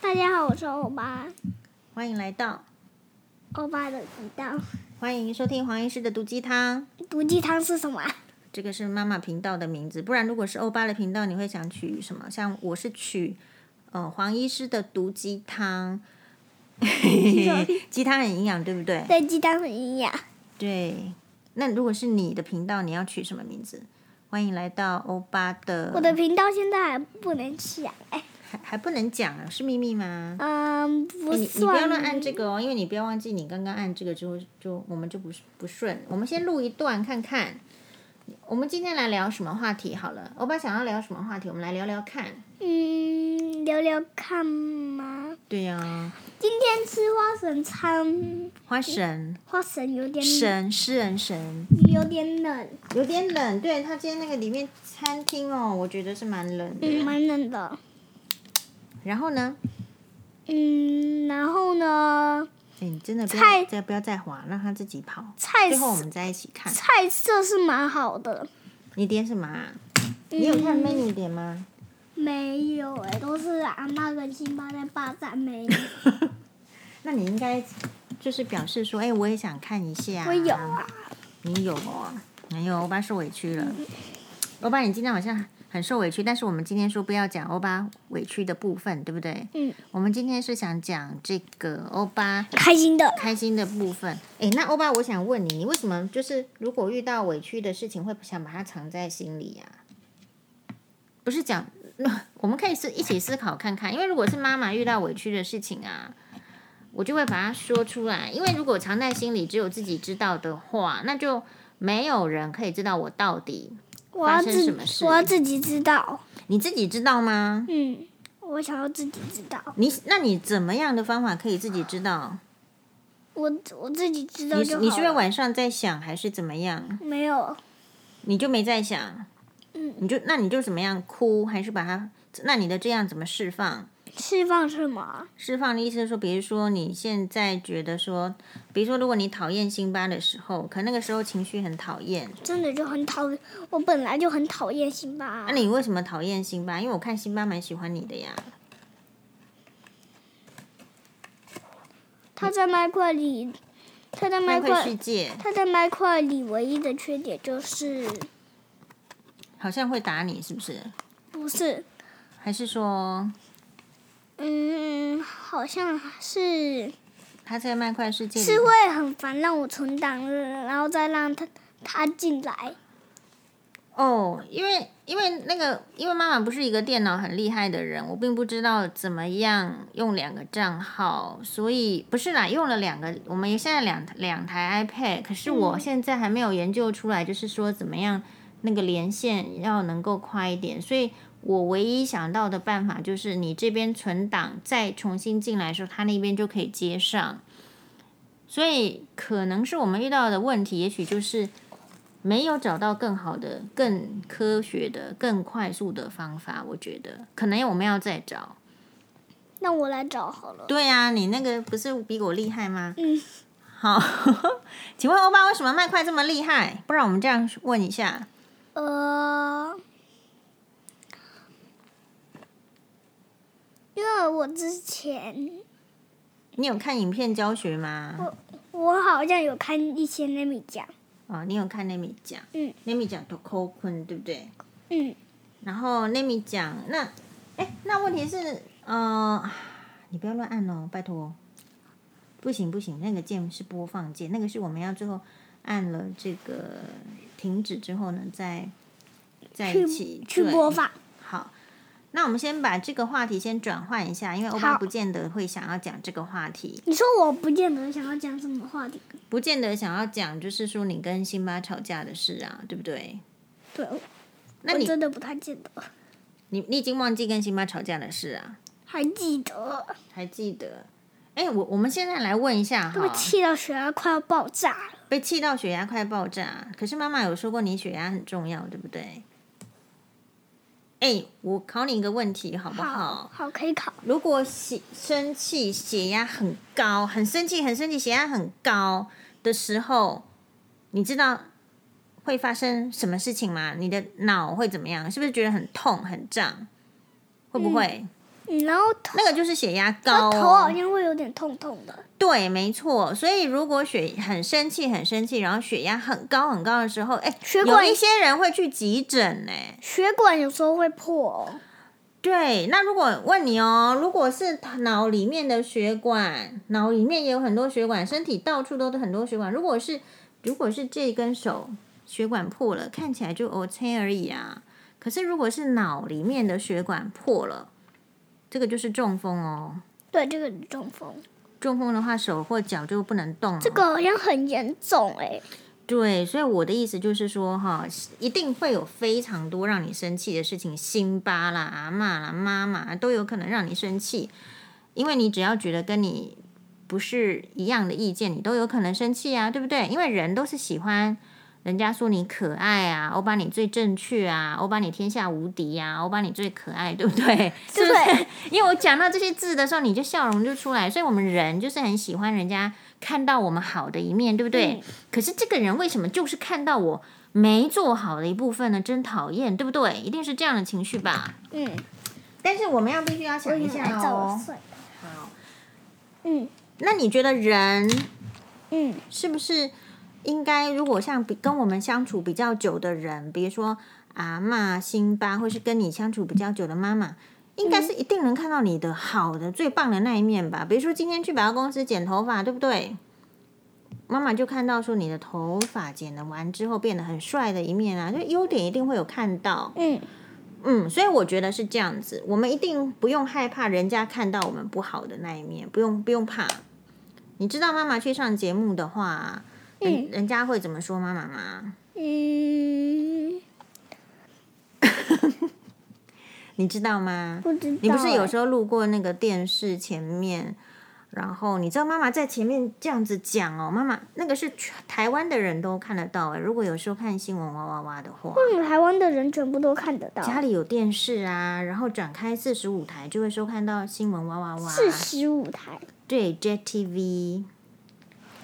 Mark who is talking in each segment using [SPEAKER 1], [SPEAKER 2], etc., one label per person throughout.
[SPEAKER 1] 大家好，我是欧巴，
[SPEAKER 2] 欢迎来到，
[SPEAKER 1] 欧巴的鸡汤。
[SPEAKER 2] 欢迎收听黄医师的毒鸡汤。
[SPEAKER 1] 毒鸡汤是什么啊？
[SPEAKER 2] 这个是妈妈频道的名字，不然如果是欧巴的频道，你会想取什么？像我是取，呃，黄医师的毒鸡汤，鸡汤很营养，对不对？
[SPEAKER 1] 对，鸡汤很营养。
[SPEAKER 2] 对。那如果是你的频道，你要取什么名字？欢迎来到欧巴的，
[SPEAKER 1] 我的频道现在还不能讲，哎，
[SPEAKER 2] 还还不能讲啊，是秘密吗？
[SPEAKER 1] 嗯，不
[SPEAKER 2] 哎你你不要
[SPEAKER 1] 算。
[SPEAKER 2] 乱按这个哦，因为你不要忘记，你刚刚按这个之后，就我们就不不顺。我们先录一段看看。我们今天来聊什么话题好了？欧巴想要聊什么话题？我们来聊聊看。
[SPEAKER 1] 嗯，聊聊看嘛。
[SPEAKER 2] 对呀、
[SPEAKER 1] 今天吃花生汤，
[SPEAKER 2] 花神
[SPEAKER 1] 花生有点
[SPEAKER 2] 神诗人神，
[SPEAKER 1] 有点冷，
[SPEAKER 2] 有点冷。对他今天那个里面餐厅哦，我觉得是蛮冷
[SPEAKER 1] 嗯，
[SPEAKER 2] 的。
[SPEAKER 1] 蛮冷的。
[SPEAKER 2] 然后呢？
[SPEAKER 1] 嗯，然后呢，
[SPEAKER 2] 哎，你真的不
[SPEAKER 1] 菜
[SPEAKER 2] 要再不要再滑，让他自己跑。
[SPEAKER 1] 菜
[SPEAKER 2] 最后我们在一起看。
[SPEAKER 1] 菜色是蛮好的，嗯
[SPEAKER 2] 你点什么啊？你有看 menu 点吗？
[SPEAKER 1] 没有哎、都是阿妈跟辛巴在霸占美女。
[SPEAKER 2] 那你应该就是表示说，哎、我也想看一下。
[SPEAKER 1] 我有啊，嗯
[SPEAKER 2] 你有哦，没有，欧巴受委屈了。欧巴，你今天好像很受委屈，但是我们今天说不要讲欧巴委屈的部分，对不对？
[SPEAKER 1] 嗯，
[SPEAKER 2] 我们今天是想讲这个欧巴
[SPEAKER 1] 开心的。
[SPEAKER 2] 开心的部分。哎，那欧巴，我想问你，你为什么就是如果遇到委屈的事情，会想把它藏在心里呀、不是讲，我们可以是一起思考看看，因为如果是妈妈遇到委屈的事情啊，我就会把它说出来，因为如果藏在心里，只有自己知道的话，那就没有人可以知道我到底
[SPEAKER 1] 我要
[SPEAKER 2] 发生
[SPEAKER 1] 自
[SPEAKER 2] 什么事
[SPEAKER 1] 我要自己知道。
[SPEAKER 2] 你自己知道吗？
[SPEAKER 1] 嗯，我想要自己知道。
[SPEAKER 2] 你那你怎么样的方法可以自己知道？
[SPEAKER 1] 我我自己知道
[SPEAKER 2] 你
[SPEAKER 1] 就好
[SPEAKER 2] 你是不是
[SPEAKER 1] 了
[SPEAKER 2] 晚上在想还是怎么样？
[SPEAKER 1] 没有，
[SPEAKER 2] 你就没在想？
[SPEAKER 1] 嗯，
[SPEAKER 2] 你就那你就怎么样哭，还是把它？那你的这样怎么释放？
[SPEAKER 1] 释放什么？
[SPEAKER 2] 释放的意思是说，比如说你现在觉得说，比如说如果你讨厌辛巴的时候，可那个时候情绪很讨厌，
[SPEAKER 1] 真的就很讨厌，我本来就很讨厌辛巴
[SPEAKER 2] 那、。你为什么讨厌辛巴？因为我看辛巴蛮喜欢你的呀。
[SPEAKER 1] 他在麦块里，他在麦
[SPEAKER 2] 麦克世
[SPEAKER 1] 块，
[SPEAKER 2] 界
[SPEAKER 1] 他在麦块里唯一的缺点就是，
[SPEAKER 2] 好像会打你，是不是？
[SPEAKER 1] 不是，
[SPEAKER 2] 还是说
[SPEAKER 1] 嗯，好像是
[SPEAKER 2] 他在麦块世界里
[SPEAKER 1] 是会很烦，让我存档，然后再让他他进来。
[SPEAKER 2] 哦，因为因为那个，因为妈妈不是一个电脑很厉害的人，我并不知道怎么样用两个账号，所以不是啦，用了两个，我们现在两两台 iPad，可是我
[SPEAKER 1] 嗯
[SPEAKER 2] 现在还没有研究出来，就是说怎么样那个连线要能够快一点，所以我唯一想到的办法就是你这边存档，再重新进来的时候，他那边就可以接上。所以可能是我们遇到的问题，也许就是没有找到更好的、更科学的、更快速的方法。我觉得可能我们要再找。
[SPEAKER 1] 那我来找好了。
[SPEAKER 2] 对呀、啊，你那个不是比我厉害吗？
[SPEAKER 1] 嗯，
[SPEAKER 2] 好， 请问欧巴为什么麦块这么厉害？不然我们这样问一下，
[SPEAKER 1] 呃，因为我之前
[SPEAKER 2] 你有看影片教学吗？
[SPEAKER 1] 我好像有看一些那米讲，
[SPEAKER 2] 哦，你有看 Nami 讲，
[SPEAKER 1] 嗯
[SPEAKER 2] ，Nami 讲都扣坤，对不对？
[SPEAKER 1] 嗯，
[SPEAKER 2] 然后 Nami 讲，那，哎，那问题是，呃，你不要乱按哦，拜托。不行不行，那个键是播放键，那个是我们要最后按了这个停止之后呢，再在一起
[SPEAKER 1] 去去
[SPEAKER 2] 对
[SPEAKER 1] 播放。
[SPEAKER 2] 好，那我们先把这个话题先转换一下，因为欧巴
[SPEAKER 1] 好
[SPEAKER 2] 不见得会想要讲这个话题，
[SPEAKER 1] 你说我不见得想要讲什么话题，
[SPEAKER 2] 不见得想要讲就是说你跟辛巴吵架的事啊，对不对？
[SPEAKER 1] 对，我
[SPEAKER 2] 那
[SPEAKER 1] 我
[SPEAKER 2] 你
[SPEAKER 1] 真的不太记得，
[SPEAKER 2] 你你已经忘记跟辛巴吵架的事啊？
[SPEAKER 1] 还记得，
[SPEAKER 2] 还记得？哎，我我们现在来问一下
[SPEAKER 1] 都
[SPEAKER 2] 哈，
[SPEAKER 1] 气到血压快要爆炸了。
[SPEAKER 2] 被气到血压快爆炸，可是妈妈有说过你血压很重要，对不对？哎，我考你一个问题好不
[SPEAKER 1] 好
[SPEAKER 2] 好？
[SPEAKER 1] 好可以考，
[SPEAKER 2] 如果血生气血压很高，很生气很生气血压很高的时候，你知道会发生什么事情吗？你的脑会怎么样？是不是觉得很痛很胀？会不会？
[SPEAKER 1] 嗯，然后头
[SPEAKER 2] 那个就是血压高、
[SPEAKER 1] 头
[SPEAKER 2] 哦，
[SPEAKER 1] 好像会有点痛痛的。
[SPEAKER 2] 对，没错。所以如果血很生气、很生气，然后血压很高很高的时候，哎，
[SPEAKER 1] 血
[SPEAKER 2] 有
[SPEAKER 1] 管
[SPEAKER 2] 一些人会去急诊呢。
[SPEAKER 1] 血管有时候会破哦，
[SPEAKER 2] 对，那如果问你哦，如果是脑里面的血管，脑里面也有很多血管，身体到处都是很多血管。如果是如果是这根手血管破了，看起来就 OK 而已啊。可是如果是脑里面的血管破了，这个就是中风哦。
[SPEAKER 1] 对，这个中风，
[SPEAKER 2] 中风的话，手或脚就不能动了。
[SPEAKER 1] 这个好像很严重哎、
[SPEAKER 2] 对，所以我的意思就是说，哈，一定会有非常多让你生气的事情，辛巴啦、阿妈啦、妈妈都有可能让你生气，因为你只要觉得跟你不是一样的意见，你都有可能生气啊，对不对？因为人都是喜欢人家说你可爱啊，欧巴你最正确啊，欧巴你天下无敌啊，欧巴你最可爱，对不对？是不是？ 因为我讲到这些字的时候，你就笑容就出来，所以我们人就是很喜欢人家看到我们好的一面，对不对？
[SPEAKER 1] 嗯
[SPEAKER 2] 可是这个人为什么就是看到我没做好的一部分呢？真讨厌，对不对？一定是这样的情绪吧。
[SPEAKER 1] 嗯，
[SPEAKER 2] 但是我们要必须要
[SPEAKER 1] 我
[SPEAKER 2] 想一
[SPEAKER 1] 也
[SPEAKER 2] 下
[SPEAKER 1] 来照
[SPEAKER 2] 哦。
[SPEAKER 1] 睡。
[SPEAKER 2] 好，
[SPEAKER 1] 嗯
[SPEAKER 2] 那你觉得人
[SPEAKER 1] 嗯，
[SPEAKER 2] 是不是应该，如果像比跟我们相处比较久的人，比如说阿妈、辛巴，或是跟你相处比较久的妈妈，应该是一定能看到你的好的、最棒的那一面吧？比如说今天去百货公司剪头发，对不对？妈妈就看到说你的头发剪了完之后变得很帅的一面啊，就优点一定会有看到。
[SPEAKER 1] 嗯，
[SPEAKER 2] 嗯，所以我觉得是这样子，我们一定不用害怕人家看到我们不好的那一面，不用不用怕。你知道妈妈去上节目的话，人、人家会怎么说妈妈吗？
[SPEAKER 1] 嗯，
[SPEAKER 2] 你知道吗？
[SPEAKER 1] 不知道、欸
[SPEAKER 2] 你不是有时
[SPEAKER 1] 候
[SPEAKER 2] 候路过那个电视前面，然后你知道妈妈在前面这样子讲哦，妈妈那个是全台湾的人都看得到哎。如果有时候看新闻哇哇哇的话，
[SPEAKER 1] 为什么台湾的人全部都看得到？
[SPEAKER 2] 家里有电视啊，然后转开四十五台就会收看到新闻哇哇哇。
[SPEAKER 1] 四十五台，
[SPEAKER 2] 对，JTV。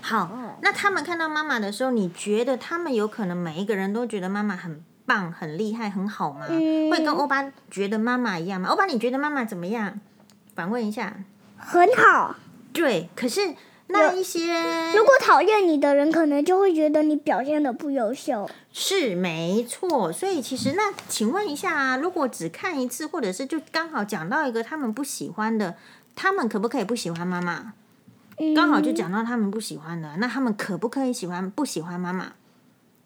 [SPEAKER 2] 好
[SPEAKER 1] 哦，
[SPEAKER 2] 那他们看到妈妈的时候，你觉得他们有可能每一个人都觉得妈妈很棒、很厉害、很好吗？
[SPEAKER 1] 嗯
[SPEAKER 2] 会跟欧巴觉得妈妈一样吗？欧巴，你觉得妈妈怎么样？反问一下。
[SPEAKER 1] 很好。
[SPEAKER 2] 对，可是那一些
[SPEAKER 1] 如果讨厌你的人，可能就会觉得你表现的不优秀。
[SPEAKER 2] 是没错，所以其实那请问一下啊，如果只看一次，或者是就刚好讲到一个他们不喜欢的，他们可不可以不喜欢妈妈？
[SPEAKER 1] 嗯
[SPEAKER 2] 刚好就，讲到他们不喜欢的，那他们可不可以喜欢不喜欢妈妈？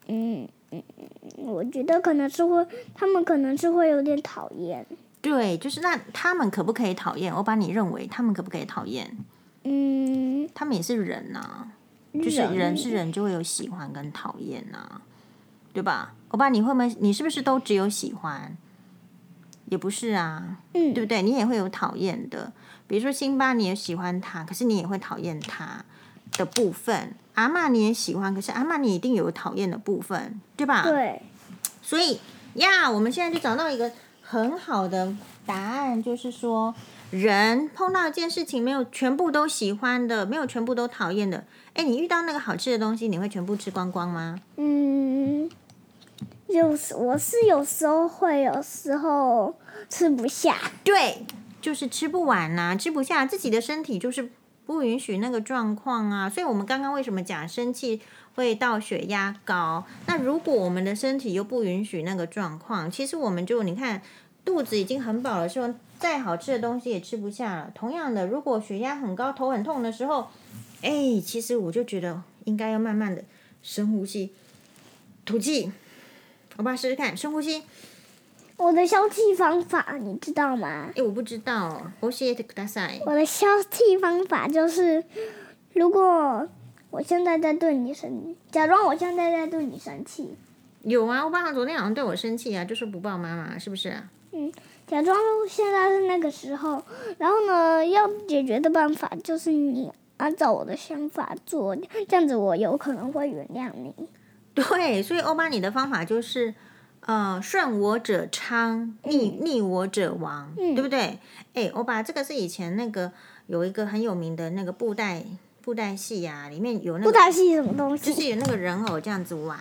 [SPEAKER 1] 嗯嗯嗯，我觉得可能是会，他们可能是会有点讨厌。
[SPEAKER 2] 对，就是那他们可不可以讨厌？我把你认为他们可不可以讨厌？
[SPEAKER 1] 嗯，
[SPEAKER 2] 他们也是人呐、就是嗯人是人就会有喜欢跟讨厌呐、对吧？欧巴，你会不会？你是不是都只有喜欢？也不是啊，
[SPEAKER 1] 嗯
[SPEAKER 2] 对不对？你也会有讨厌的，比如说辛巴，你也喜欢他，可是你也会讨厌他的部分。阿嬷你也喜欢，可是阿嬷你一定有讨厌的部分，对吧？
[SPEAKER 1] 对，
[SPEAKER 2] 所以呀，我们现在就找到一个很好的答案，就是说，人碰到一件事情，没有全部都喜欢的，没有全部都讨厌的。哎，你遇到那个好吃的东西，你会全部吃光光吗？
[SPEAKER 1] 嗯，有时我是有时候会，有时候吃不下。
[SPEAKER 2] 对，就是吃不完呐、吃不下，自己的身体就是不允许那个状况啊。所以我们刚刚为什么讲生气会到血压高？那如果我们的身体又不允许那个状况，其实我们就你看。肚子已经很饱的时候，再好吃的东西也吃不下了。同样的，如果血压很高、头很痛的时候，哎，其实我就觉得应该要慢慢的深呼吸，吐气。我爸试试看，深呼吸。
[SPEAKER 1] 我的消气方法你知道吗？
[SPEAKER 2] 哎，我不知道哦，我写的大赛。
[SPEAKER 1] 我的消气方法就是，如果我现在在对你生，假装我现在在对你生气，
[SPEAKER 2] 有啊，我爸爸昨天好像对我生气啊，就说不抱妈妈，是不是 啊、
[SPEAKER 1] 假装现在是那个时候，然后呢，要解决的办法就是你按照我的想法做，这样子我有可能会原谅你。
[SPEAKER 2] 对，所以欧巴你的方法就是，呃，顺我者昌，逆、逆我者亡，
[SPEAKER 1] 嗯
[SPEAKER 2] 对不对？哎，欧巴，这个是以前那个有一个很有名的那个布袋布袋戏啊，里面有那
[SPEAKER 1] 不
[SPEAKER 2] 个
[SPEAKER 1] 担心什么东
[SPEAKER 2] 就
[SPEAKER 1] 西，
[SPEAKER 2] 是有那个人哦偶这样子玩，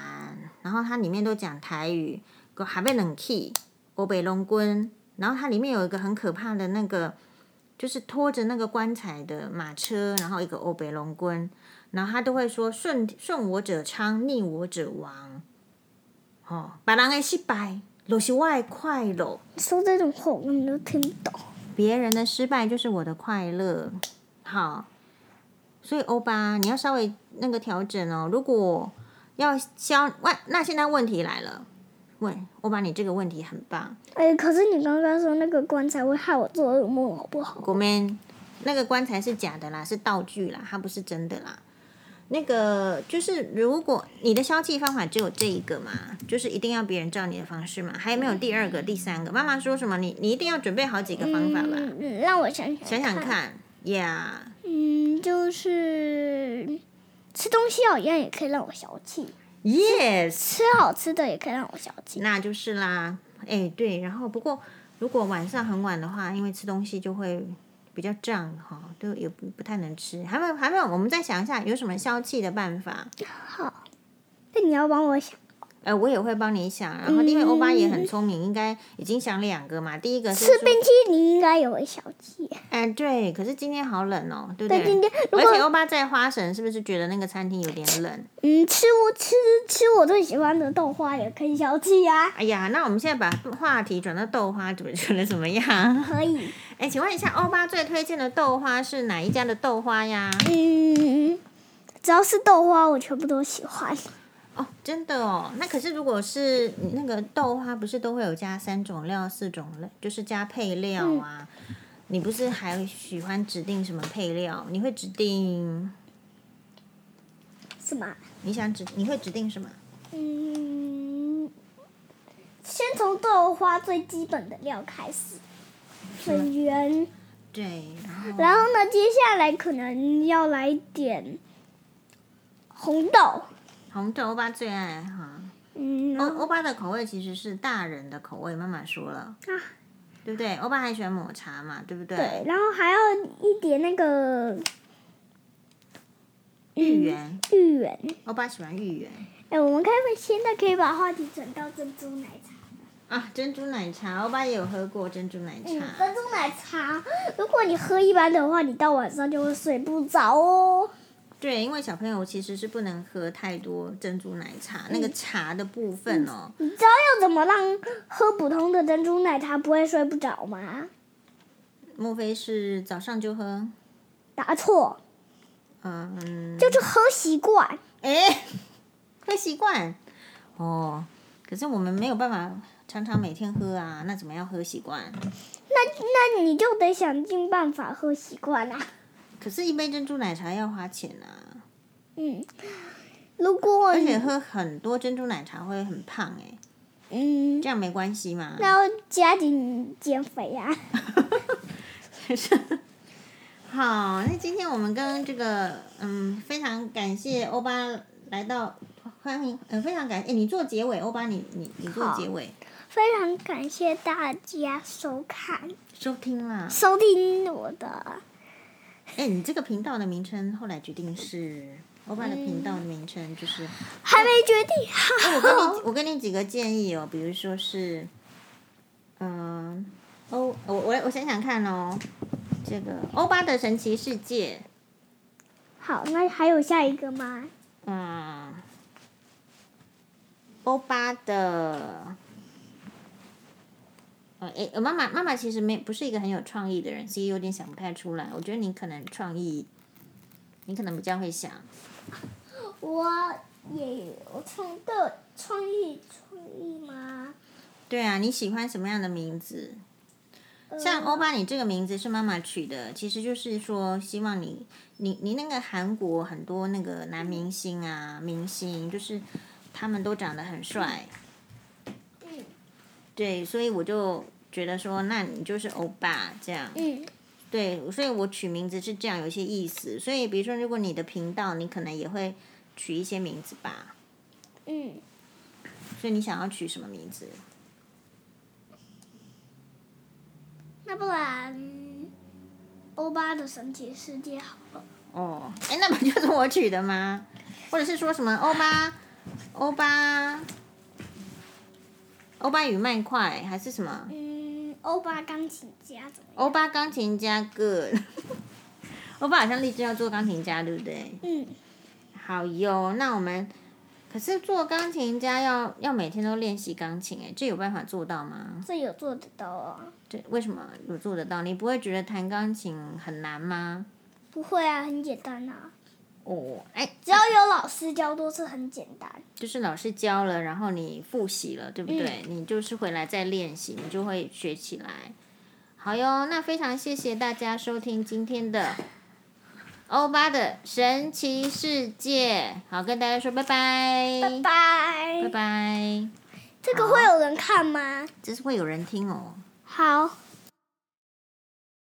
[SPEAKER 2] 然后它里面都讲台语，还被冷气，我被龙棍，然后它里面有一个很可怕的那个，就是拖着那个棺材的马车，然后一个欧北龙棍，然后他都会说顺顺我者昌，逆我者亡。哦，把人的失败就是我的快乐，
[SPEAKER 1] 说这种话我们都听不懂。
[SPEAKER 2] 别人的失败就是我的快乐。好，所以欧巴，你要稍微那个调整哦。如果要消，那那现在问题来了，问欧巴，你这个问题很棒。
[SPEAKER 1] 哎，可是你刚刚说那个棺材会害我做噩梦，好不好？
[SPEAKER 2] 我们那个棺材是假的啦，是道具啦，它不是真的啦。那个就是，如果你的消气方法只有这一个嘛，就是一定要别人照你的方式嘛，还有没有第二个、第三个？妈妈说什么？你你一定要准备好几个方法吧？
[SPEAKER 1] 嗯嗯，让我想想
[SPEAKER 2] 想想看呀
[SPEAKER 1] 嗯，就是吃东西好像也可以让我小气，
[SPEAKER 2] ，yes，
[SPEAKER 1] 吃好吃的也可以让我小气。
[SPEAKER 2] 那就是啦。哎，对，然后不过如果晚上很晚的话，因为吃东西就会比较胀哈，都也不不太能吃。还没有还没有，我们再想一下有什么消气的办法。
[SPEAKER 1] 好，那你要帮我想，
[SPEAKER 2] 呃，我也会帮你想，然后因为欧巴也很聪明，应该已经想两个嘛。第一个是
[SPEAKER 1] 吃
[SPEAKER 2] 啊说，
[SPEAKER 1] 冰淇淋应该也会小气。
[SPEAKER 2] 哎、对，可是今天好冷哦，对不
[SPEAKER 1] 但今
[SPEAKER 2] 对？
[SPEAKER 1] 天如
[SPEAKER 2] 而
[SPEAKER 1] 果
[SPEAKER 2] 且欧巴在花神，是不是觉得那个餐厅有点冷？
[SPEAKER 1] 嗯吃我吃吃我最喜欢的豆花也可以小气呀、
[SPEAKER 2] 哎呀，那我们现在把话题转到豆花，怎么觉得怎么样？
[SPEAKER 1] 可以。
[SPEAKER 2] 哎，请问一下，欧巴最推荐的豆花是哪一家的豆花呀？
[SPEAKER 1] 嗯，只要是豆花我全部都喜欢。
[SPEAKER 2] 哦，真的哦，那可是如果是那个豆花，不是都会有加三种料、四种类，就是加配料啊。
[SPEAKER 1] 嗯
[SPEAKER 2] 你不是还喜欢指定什么配料？你会指定
[SPEAKER 1] 什么？
[SPEAKER 2] 你想指你会指定什么？
[SPEAKER 1] 嗯，先从豆花最基本的料开始，粉圆，
[SPEAKER 2] 对，然后
[SPEAKER 1] 然后呢，接下来可能要来点红豆，
[SPEAKER 2] 红豆欧巴最爱哈。
[SPEAKER 1] 嗯，
[SPEAKER 2] 欧
[SPEAKER 1] 然后
[SPEAKER 2] 欧巴的口味其实是大人的口味，妈妈说了，
[SPEAKER 1] 啊，
[SPEAKER 2] 对不对？欧巴还喜欢抹茶嘛，对不对？
[SPEAKER 1] 对，然后还要一点那个
[SPEAKER 2] 芋圆，
[SPEAKER 1] 芋圆。
[SPEAKER 2] 欧巴喜欢芋圆
[SPEAKER 1] 哎，我们可以现在可以把话题转到珍珠奶茶。
[SPEAKER 2] 啊，珍珠奶茶，欧巴也有喝过珍珠奶
[SPEAKER 1] 嗯，
[SPEAKER 2] 茶。
[SPEAKER 1] 珍珠奶茶，如果你喝一般的话，你到晚上就会睡不着哦。
[SPEAKER 2] 对，因为小朋友其实是不能喝太多珍珠奶茶，那个茶的部分哦，
[SPEAKER 1] 你知道要怎么让喝普通的珍珠奶茶不会睡不着吗？
[SPEAKER 2] 莫非是早上就喝？
[SPEAKER 1] 答错，
[SPEAKER 2] 嗯，
[SPEAKER 1] 就是喝习惯。
[SPEAKER 2] 哎，喝习惯哦。可是我们没有办法常常每天喝啊，那怎么样喝习惯？
[SPEAKER 1] 那那你就得想尽办法喝习惯啊啦、
[SPEAKER 2] 可是，一杯珍珠奶茶要花钱啊，
[SPEAKER 1] 嗯，如果
[SPEAKER 2] 而
[SPEAKER 1] 你
[SPEAKER 2] 且喝很多珍珠奶茶会很胖哎、
[SPEAKER 1] 嗯，
[SPEAKER 2] 这样没关系嘛？
[SPEAKER 1] 那要加紧减肥啊。
[SPEAKER 2] 好，那今天我们跟这个嗯，非常感谢欧巴来到，欢迎呃，非常感哎，你做结尾，欧巴你你你做
[SPEAKER 1] 好
[SPEAKER 2] 结尾
[SPEAKER 1] 非常感谢大家收看、
[SPEAKER 2] 收听啦。
[SPEAKER 1] 收听我的。
[SPEAKER 2] 哎，你这个频道的名称后来决定是欧巴的频道的名称就是，
[SPEAKER 1] 还没决定
[SPEAKER 2] 哎我给
[SPEAKER 1] 好。
[SPEAKER 2] 你我给你几个建议哦，比如说是，嗯、欧我我我想想看哦，这个欧巴的神奇世界，
[SPEAKER 1] 好，那还有下一个吗？
[SPEAKER 2] 嗯，欧巴的，呃，诶，呃妈妈妈妈其实没不是一个很有创意的人，所以有点想不太出来。我觉得你可能创意，你可能比较会想。
[SPEAKER 1] 我也有创的创意创意吗？
[SPEAKER 2] 对啊，你喜欢什么样的名字？
[SPEAKER 1] 呃
[SPEAKER 2] 像欧巴，你这个名字是妈妈取的，其实就是说希望你，你你那个韩国很多那个男明星啊，明星就是他们都长得很帅，
[SPEAKER 1] 嗯
[SPEAKER 2] 对，所以我就觉得说，那你就是欧巴这样。
[SPEAKER 1] 嗯
[SPEAKER 2] 对，所以我取名字是这样，有一些意思。所以，比如说，如果你的频道，你可能也会取一些名字吧。
[SPEAKER 1] 嗯，
[SPEAKER 2] 所以，你想要取什么名字？
[SPEAKER 1] 那不然欧巴的神奇世界好了。
[SPEAKER 2] 哦，哎，那不就是我取的吗？或者是说什么欧巴、欧巴、欧巴与麦块，还是什么？
[SPEAKER 1] 嗯，欧巴钢琴家怎么样？
[SPEAKER 2] 欧巴钢琴家 good，欧巴好像立志要做钢琴家，对不对？
[SPEAKER 1] 嗯，
[SPEAKER 2] 好哟，那我们可是做钢琴家要要每天都练习钢琴，诶，这有办法做到吗？
[SPEAKER 1] 这有做得到啊？
[SPEAKER 2] 这为什么有做得到？你不会觉得弹钢琴很难吗？
[SPEAKER 1] 不会啊，很简单啊，
[SPEAKER 2] 哦，哎，
[SPEAKER 1] 只要有老师教都是很简单。
[SPEAKER 2] 就是老师教了，然后你复习了，对不对？
[SPEAKER 1] 嗯
[SPEAKER 2] 你就是回来再练习，你就会学起来。好哟，那非常谢谢大家收听今天的欧巴的神奇世界。好，跟大家说拜拜，
[SPEAKER 1] 拜
[SPEAKER 2] 拜
[SPEAKER 1] 拜。
[SPEAKER 2] 嗯拜。
[SPEAKER 1] 这个会有人看吗？
[SPEAKER 2] 这是会有人听哦。
[SPEAKER 1] 好。